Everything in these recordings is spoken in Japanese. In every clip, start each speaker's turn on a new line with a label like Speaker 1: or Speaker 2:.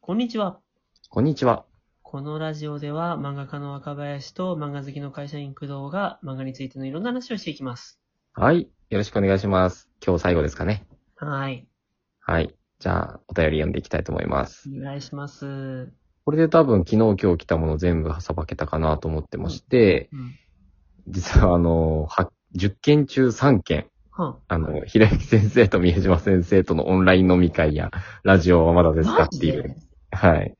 Speaker 1: こんにちは。
Speaker 2: こんにちは。
Speaker 1: このラジオでは漫画家の若林と漫画好きの会社員工藤が漫画についてのいろんな話をしていきます。
Speaker 2: はい。よろしくお願いします。今日最後ですかね。
Speaker 1: はい。
Speaker 2: はい。じゃあ、お便り読んでいきたいと思います。
Speaker 1: お願いします。うん。
Speaker 2: これで多分昨日今日来たもの全部さばけたかなと思ってまして、実はあの、は10件中3件、
Speaker 1: は
Speaker 2: あの、平井先生と宮島先生とのオンライン飲み会やラジオはまだですかっていう。はい。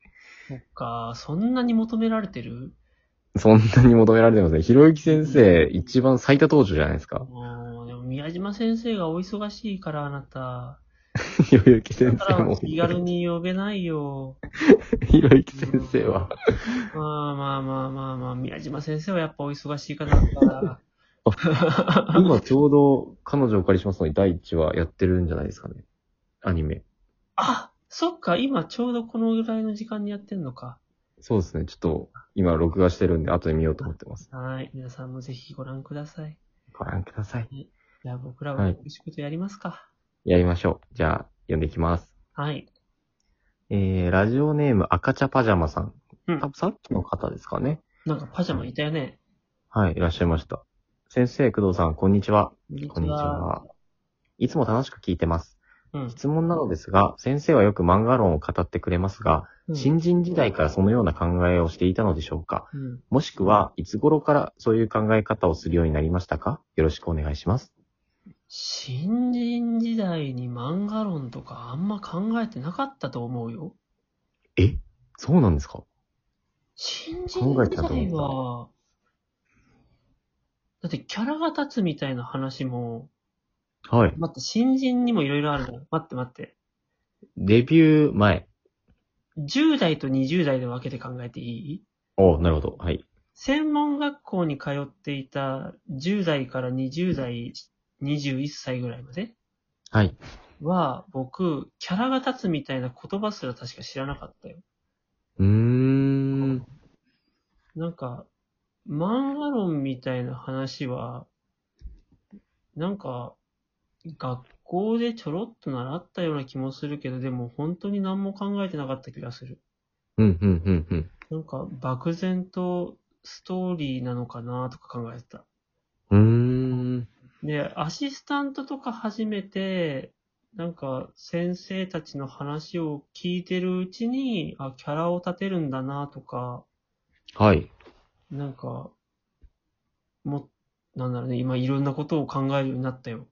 Speaker 1: そっか、そんなに求められてる
Speaker 2: そんなに求められてますね。ひろゆき先生、一番最多登場じゃないですか。
Speaker 1: もうでも宮島先生がお忙しいからあなた。
Speaker 2: ひろゆき
Speaker 1: だ
Speaker 2: 先
Speaker 1: か
Speaker 2: 生
Speaker 1: ら
Speaker 2: も。
Speaker 1: 気軽に呼べないよ。
Speaker 2: ひろゆき先生は、
Speaker 1: まあまあまあまあまあ、宮島先生はやっぱお忙しい方だから。
Speaker 2: 今ちょうど彼女をお借りしますのに第一話やってるんじゃないですかね。アニメ。
Speaker 1: あ、そっか、今ちょうどこのぐらいの時間にやってんのか。
Speaker 2: そうですね。ちょっと今録画してるんで後で見ようと思ってます。
Speaker 1: はい。皆さんもぜひご覧ください。
Speaker 2: ご覧ください。
Speaker 1: じゃあ僕ら
Speaker 2: は
Speaker 1: はいお仕事やりますか。
Speaker 2: やりましょう。じゃあ、読んでいきます。
Speaker 1: はい。
Speaker 2: えー、ラジオネーム赤茶パジャマさん。
Speaker 1: うん
Speaker 2: 多分さっきの方ですかね。
Speaker 1: なんかパジャマいたよね。
Speaker 2: はい、いらっしゃいました。先生、工藤さん、こんにちは。
Speaker 1: こんにちは
Speaker 2: こんにちは。いつも楽しく聞いてます。
Speaker 1: うん。
Speaker 2: 質問なのですが、先生はよく漫画論を語ってくれますが、
Speaker 1: うん
Speaker 2: 新人時代からそのような考えをしていたのでしょうか
Speaker 1: うん。
Speaker 2: もしくは、いつ頃からそういう考え方をするようになりましたかよろしくお願いします。
Speaker 1: 新人時代に漫画論とかあんま考えてなかったと思うよ。
Speaker 2: えそうなんですか
Speaker 1: 新人時
Speaker 2: 考え
Speaker 1: 代
Speaker 2: てなか
Speaker 1: は、だってキャラが立つみたいな話も、
Speaker 2: はい。
Speaker 1: 待って、新人にもいろいろあるじゃん。待って待って。
Speaker 2: デビュー前。
Speaker 1: 10代と20代で分けて考えていい
Speaker 2: おうなるほど。はい。
Speaker 1: 専門学校に通っていた10代から20代、21歳ぐらいまで
Speaker 2: はい。
Speaker 1: は、僕、キャラが立つみたいな言葉すら確か知らなかったよ。
Speaker 2: うーん。
Speaker 1: なんか、漫画論みたいな話は、なんか、学校でちょろっと習ったような気もするけど、でも本当に何も考えてなかった気がする。
Speaker 2: うん、うん、うん、うん。
Speaker 1: なんか、漠然とストーリーなのかなとか考えてた。
Speaker 2: うーん。
Speaker 1: で、アシスタントとか始めて、なんか先生たちの話を聞いてるうちに、あ、キャラを立てるんだなとか、
Speaker 2: はい。
Speaker 1: なんか、も、なんだろうね、今いろんなことを考えるようになったよ。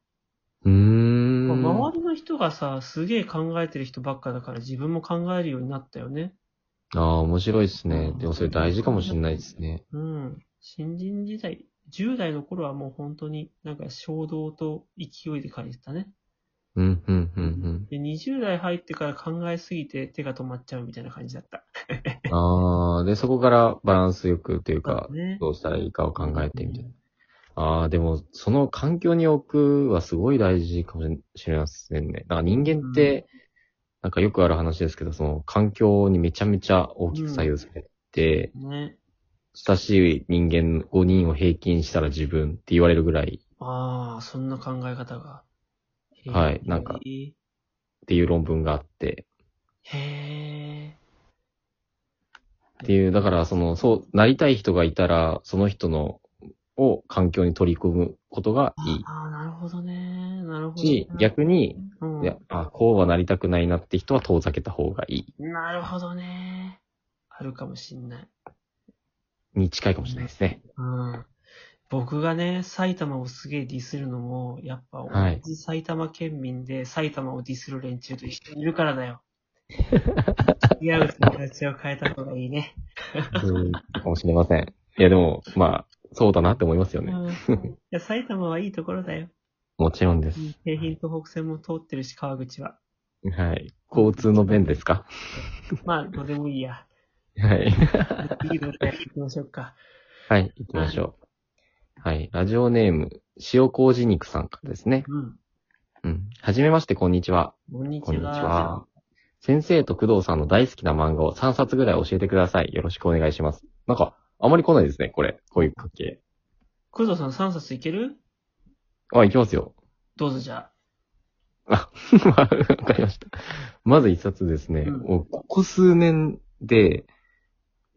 Speaker 2: うーん。
Speaker 1: 周りの人がさ、すげえ考えてる人ばっかだから自分も考えるようになったよね。
Speaker 2: ああ、面白いですね。でもそれ大事かもしれないですね。
Speaker 1: うん。新人時代、10代の頃はもう本当になんか衝動と勢いで借りてたね。
Speaker 2: うん、うん、うん、
Speaker 1: で、20代入ってから考えすぎて手が止まっちゃうみたいな感じだった。
Speaker 2: うん。ああ、で、そこからバランスよくというか、
Speaker 1: ね、
Speaker 2: どうしたらいいかを考えてみたいな。ああ、でも、その環境に置くはすごい大事かもしれませんね。なんか人間って、なんかよくある話ですけど、その環境にめちゃめちゃ大きく左右されて、
Speaker 1: ね。
Speaker 2: 親しい人間5人を平均したら自分って言われるぐらい
Speaker 1: ああ、そんな考え方が。へー
Speaker 2: はいなんか。っていう論文があって、
Speaker 1: へえ。
Speaker 2: っていう、だからその、そう、なりたい人がいたら、その人の、を環境に取り込むことがいい。
Speaker 1: ああ、なるほどね。なるほどね、
Speaker 2: し、逆に、
Speaker 1: うん
Speaker 2: いや、あ、こうはなりたくないなって人は遠ざけた方がいい。
Speaker 1: なるほどね。あるかもしんない。
Speaker 2: に近いかもしれないですね。
Speaker 1: うん。僕がね、埼玉をすげえディスるのも、やっぱ
Speaker 2: はい
Speaker 1: 同じ埼玉県民で埼玉をディスる連中と一緒にいるからだ よ。違う友達を変えた方がいいね。
Speaker 2: うんかもしれません。いや、でも、まあ、そうだなって思いますよ
Speaker 1: う
Speaker 2: ね。
Speaker 1: ん、いや埼玉はいいところだよ。
Speaker 2: もちろんです
Speaker 1: う。ん京浜東北線も通ってるし、川口は。
Speaker 2: はい。交通の便ですか
Speaker 1: まあ、どうでもいいや。
Speaker 2: はい。
Speaker 1: 次のお題行きましょうか。
Speaker 2: はい、行きましょう。はい。ラジオネーム、塩麹肉さんからですね。
Speaker 1: うん。
Speaker 2: うん。はじめまして、こんにちは。
Speaker 1: こんにち
Speaker 2: こん
Speaker 1: は。
Speaker 2: にちは。先生と工藤さんの大好きな漫画を3冊ぐらい教えてください。よろしくお願いします。なんか、あまり来ないですね、これ。こういう関係。
Speaker 1: 工藤さん3冊いける
Speaker 2: あ、行きますよ。
Speaker 1: どうぞじゃあ。
Speaker 2: わかりました。まず一冊ですね、
Speaker 1: うん
Speaker 2: もうここ数年で、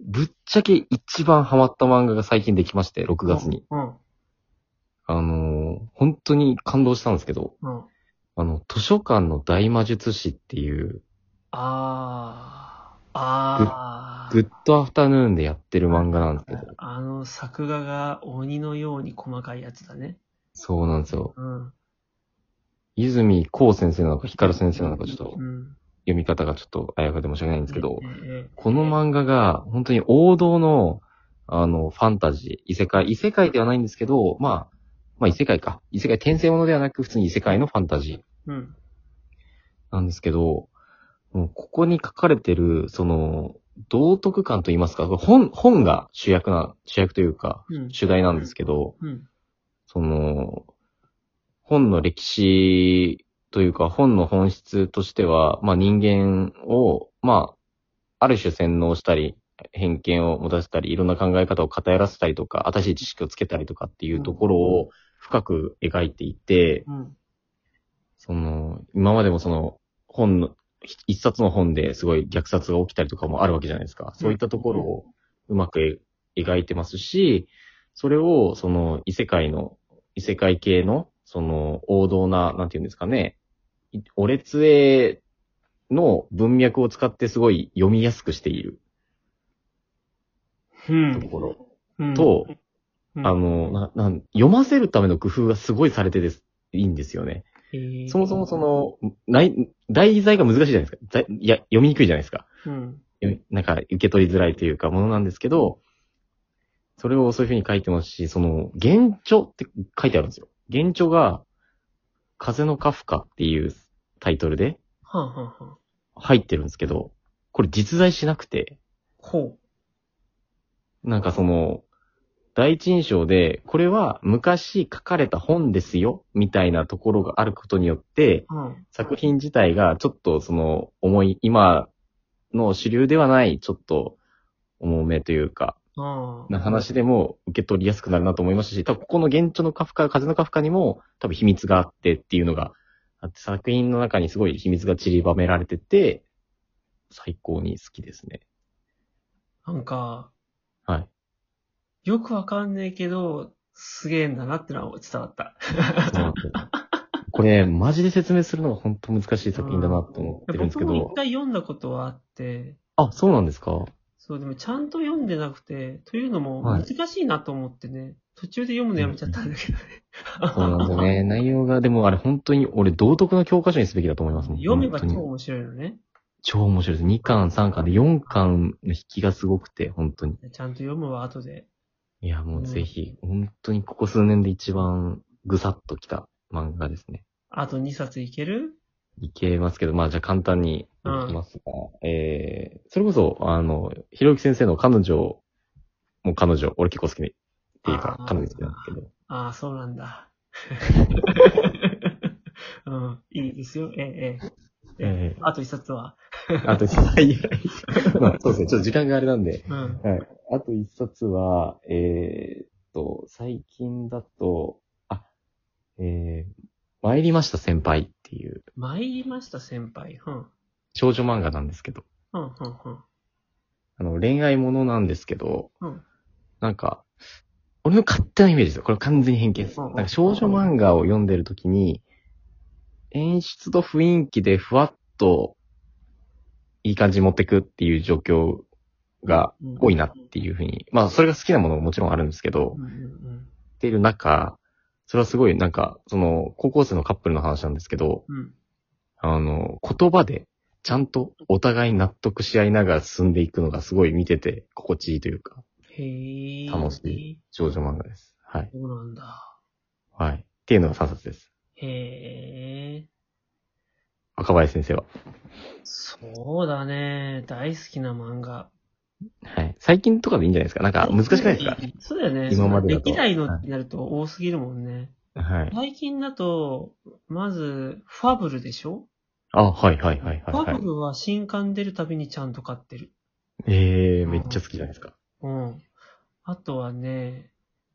Speaker 2: ぶっちゃけ一番ハマった漫画が最近できまして、6月に。
Speaker 1: うん。
Speaker 2: あのー本当に感動したんですけど、
Speaker 1: うん。
Speaker 2: あの、図書館の大魔術師っていう、
Speaker 1: あー。あ
Speaker 2: グ
Speaker 1: ー。
Speaker 2: ッドアフタヌーンでやってる漫画なんですけど、
Speaker 1: あの、作画が鬼のように細かいやつだね。
Speaker 2: そうなんですよ。
Speaker 1: うん。
Speaker 2: 泉孝先生なのか、光先生なのか、ちょっと
Speaker 1: うん。
Speaker 2: 読み方がちょっとあやかで申し訳ないんですけど、
Speaker 1: ええええ
Speaker 2: この漫画が本当に王道の、あの、ファンタジー、異世界、異世界ではないんですけど、まあ、まあ異世界か。異世界、転生ものではなく普通に異世界のファンタジ
Speaker 1: うん。
Speaker 2: ーなんですけど、もうここに書かれてる、その、道徳感と言いますか、本、本が主役な、主役というか、
Speaker 1: うん。
Speaker 2: 主題なんですけど、
Speaker 1: うん。
Speaker 2: その、本の歴史というか、本の本質としては、まあ人間を、まあ、ある種洗脳したり、偏見を持たせたり、いろんな考え方を偏らせたりとか、新しい知識をつけたりとかっていうところを深く描いていて、
Speaker 1: うん。
Speaker 2: その、今までもその、本の、ひ一冊の本ですごい虐殺が起きたりとかもあるわけじゃないですか。そういったところをうまくえ描いてますし、それを、その、異世界の、異世界系の、その、王道な、なんていうんですかね、いオレツエの文脈を使ってすごい読みやすくしている
Speaker 1: う
Speaker 2: と
Speaker 1: ん
Speaker 2: ころ
Speaker 1: うん。
Speaker 2: と、
Speaker 1: うん、
Speaker 2: あのななん、読ませるための工夫がすごいされてです、いいんですよね。
Speaker 1: えー、
Speaker 2: そもそもその、ない題材が難しいじゃないですか。だいいや、読みにくいじゃないですか。
Speaker 1: うん。
Speaker 2: 読みなんか、受け取りづらいというか、ものなんですけど、それをそういうふうに書いてますし、その、幻聴って書いてあるんですよ。幻聴が、風のカフカっていうタイトルで
Speaker 1: はんはんはん。
Speaker 2: 入ってるんですけど、これ実在しなくて、
Speaker 1: ほ
Speaker 2: なんかその、第一印象で、これは昔書かれた本ですよ、みたいなところがあることによって、
Speaker 1: う。うん。
Speaker 2: 作品自体がちょっとその重い、今の主流ではない、ちょっと重めというか、
Speaker 1: ああ。
Speaker 2: な話でも受け取りやすくなるなと思いましたし、多分ここの現状のカフカ、風のカフカにも多分秘密があってっていうのがあって、作品の中にすごい秘密が散りばめられてて、最高に好きですね。
Speaker 1: なんか、
Speaker 2: はい。
Speaker 1: よくわかんないけど、すげえんだなってのは伝わった。
Speaker 2: そうなんですよこれ、マジで説明するのが本当難しい作品だなと思ってるんです
Speaker 1: 僕
Speaker 2: け
Speaker 1: も一
Speaker 2: ど、
Speaker 1: 回読んだことはあって、
Speaker 2: あ、そうなんですか
Speaker 1: そう、でもちゃんと読んでなくて、というのも
Speaker 2: はい
Speaker 1: 難しいなと思ってね、途中で読むのやめちゃったんだけどね。
Speaker 2: そうなんですよ ね。内容が、でもあれ本当に俺道徳の教科書にすべきだと思いますもん。
Speaker 1: 読めば
Speaker 2: 本
Speaker 1: 超
Speaker 2: 当に
Speaker 1: 面白いのね。
Speaker 2: 超面白いです。2巻、3巻で4巻の引きがすごくて、本当に。
Speaker 1: ちゃんと読むは後で。
Speaker 2: いや、もうぜひ、本当にここ数年で一番ぐさっときた漫画ですね。
Speaker 1: あと2冊いける
Speaker 2: いけますけど、まあじゃあ簡単にいきますが、えー、それこそ、あの、ひろゆき先生の彼女、もう彼女、俺結構好きで、っていうか
Speaker 1: あ、ー
Speaker 2: 彼女好きなんですけど、
Speaker 1: ああ、そうなんだ。 うん、いいですよ。ええ、ええ。
Speaker 2: え
Speaker 1: あと1冊は。
Speaker 2: ー、あと、いやいや まあそうですね、ちょっと時間があれなんで、
Speaker 1: うん。
Speaker 2: はい。あと一冊は、えーっと、最近だと、あ、えー、参りました先輩っていう
Speaker 1: 参りました、先輩。うん。
Speaker 2: 少女漫画なんですけど、
Speaker 1: うん、うん、
Speaker 2: あの、恋愛ものなんですけど、
Speaker 1: うん。うん。
Speaker 2: なんか、俺の勝手なイメージですよ。これ完全に偏見です。
Speaker 1: うん
Speaker 2: なんか少女漫画を読んでるときに、演出と雰囲気でふわっと、いい感じに持ってくっていう状況が多いなっていうふうに。まあ、それが好きなものももちろんあるんですけど
Speaker 1: う、ん、うん、
Speaker 2: っている中、それはすごいなんか、その、高校生のカップルの話なんですけど、
Speaker 1: うん。うん。
Speaker 2: あの、言葉で、ちゃんとお互い納得し合いながら進んでいくのがすごい見てて心地いいというか、
Speaker 1: へえ。
Speaker 2: 楽しい。少女漫画です。はい。
Speaker 1: そうなんだ。
Speaker 2: はい。っていうのが3冊です。
Speaker 1: へえ。
Speaker 2: 若林先生は。
Speaker 1: そうだね。大好きな漫画。
Speaker 2: はい。最近とかでいいんじゃないですかなんか難しくないですか
Speaker 1: そうだよね。
Speaker 2: 今までだと
Speaker 1: 歴代のってなると多すぎるもんね。
Speaker 2: はい。
Speaker 1: 最近だと、まず、ファブルでしょ、
Speaker 2: あ、はいはいはいはい、
Speaker 1: フ
Speaker 2: は
Speaker 1: ァ
Speaker 2: い
Speaker 1: ブ。ルは新刊出るたびにちゃんと買ってる。
Speaker 2: えー、めっちゃ好きじゃないですか。
Speaker 1: うん。あとはね、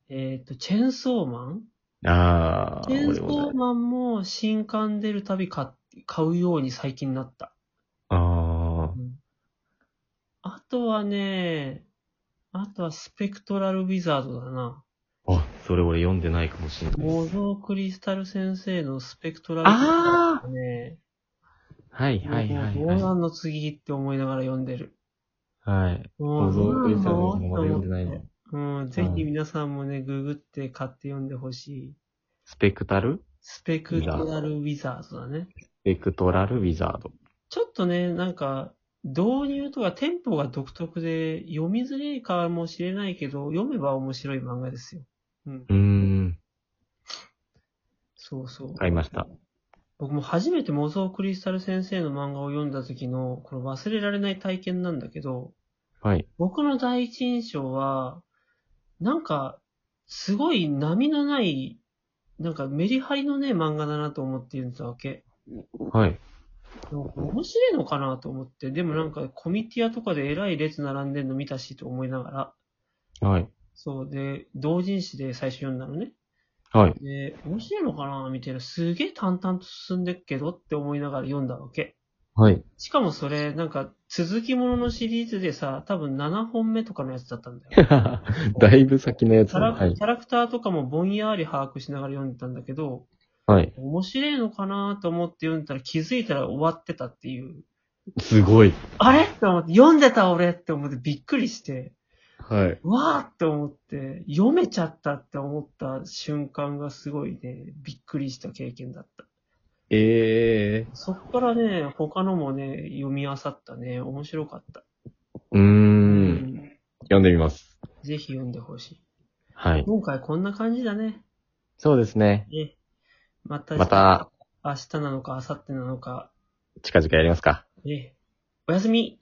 Speaker 1: えっ、と、チェンソーマン
Speaker 2: ああ、
Speaker 1: チェーン
Speaker 2: 俺
Speaker 1: ソ
Speaker 2: もだ
Speaker 1: ー
Speaker 2: よ。
Speaker 1: マンも新刊出るたび買っ買うように最近なった。
Speaker 2: あ
Speaker 1: うんあとはね、あとはスペクトラルウィザードだな。
Speaker 2: あ。あ、それ俺読んでないかもしれない
Speaker 1: モ
Speaker 2: です。
Speaker 1: ゾクリスタル先生のスペクトラルウィザー
Speaker 2: あ
Speaker 1: ドだね。
Speaker 2: はいはいはい
Speaker 1: もう、
Speaker 2: は
Speaker 1: ンの次って思いながら読んでる。
Speaker 2: い。はい。
Speaker 1: も
Speaker 2: 構
Speaker 1: う、
Speaker 2: 造
Speaker 1: どう
Speaker 2: クリ
Speaker 1: な
Speaker 2: スタルも
Speaker 1: の
Speaker 2: まだ読んでないの。
Speaker 1: うん、ぜひ皆さんもね、ググって買って読んでほしい。
Speaker 2: スペクタル
Speaker 1: スペクトラルウィザードだね。
Speaker 2: スペクトラルウィザード。
Speaker 1: ちょっとね、なんか、導入とかテンポが独特で、読みづらいかもしれないけど、読めば面白い漫画ですよ。うん。
Speaker 2: うーん。
Speaker 1: そうそう。
Speaker 2: 買いました。
Speaker 1: 僕も初めてモゾークリスタル先生の漫画を読んだ時の、この忘れられない体験なんだけど、
Speaker 2: はい。
Speaker 1: 僕の第一印象は、なんか、すごい波のない、なんかメリハリのね、漫画だなと思って読んでたわけ。
Speaker 2: はい。
Speaker 1: なんか面白いのかなと思って、でもなんかコミティアとかで偉い列並んでんの見たしと思いながら、
Speaker 2: はい。
Speaker 1: そうで、同人誌で最初読んだのね。
Speaker 2: はい。
Speaker 1: で、面白いのかなみたいな、すげえ淡々と進んでっけどって思いながら読んだわけ。
Speaker 2: はい。
Speaker 1: しかもそれ、なんか、続きもののシリーズでさ、多分7本目とかのやつだったんだよ。
Speaker 2: だいぶ先のやつ
Speaker 1: キャ
Speaker 2: だ。
Speaker 1: ラ
Speaker 2: はい
Speaker 1: キ。ャラクターとかもぼんやり把握しながら読んでたんだけど、
Speaker 2: はい。
Speaker 1: 面白いのかなと思って読んだら気づいたら終わってたっていう。
Speaker 2: すごい。
Speaker 1: あれって思って、読んでた俺って思ってびっくりして、
Speaker 2: はい。
Speaker 1: わーって思って、読めちゃったって思った瞬間がすごいね、びっくりした経験だった。
Speaker 2: ええ
Speaker 1: そっからね、他のもね、読み漁ったね、面白かった。
Speaker 2: ー。う
Speaker 1: う
Speaker 2: ー。。
Speaker 1: ん
Speaker 2: 読んでみます。
Speaker 1: ぜひ読んでほしい。
Speaker 2: はい。
Speaker 1: 今回こんな感じだね。
Speaker 2: そうですね。
Speaker 1: ねまた、
Speaker 2: また、
Speaker 1: 明日なのか、明後日なのか、
Speaker 2: 近々やりますか。
Speaker 1: ねおやすみ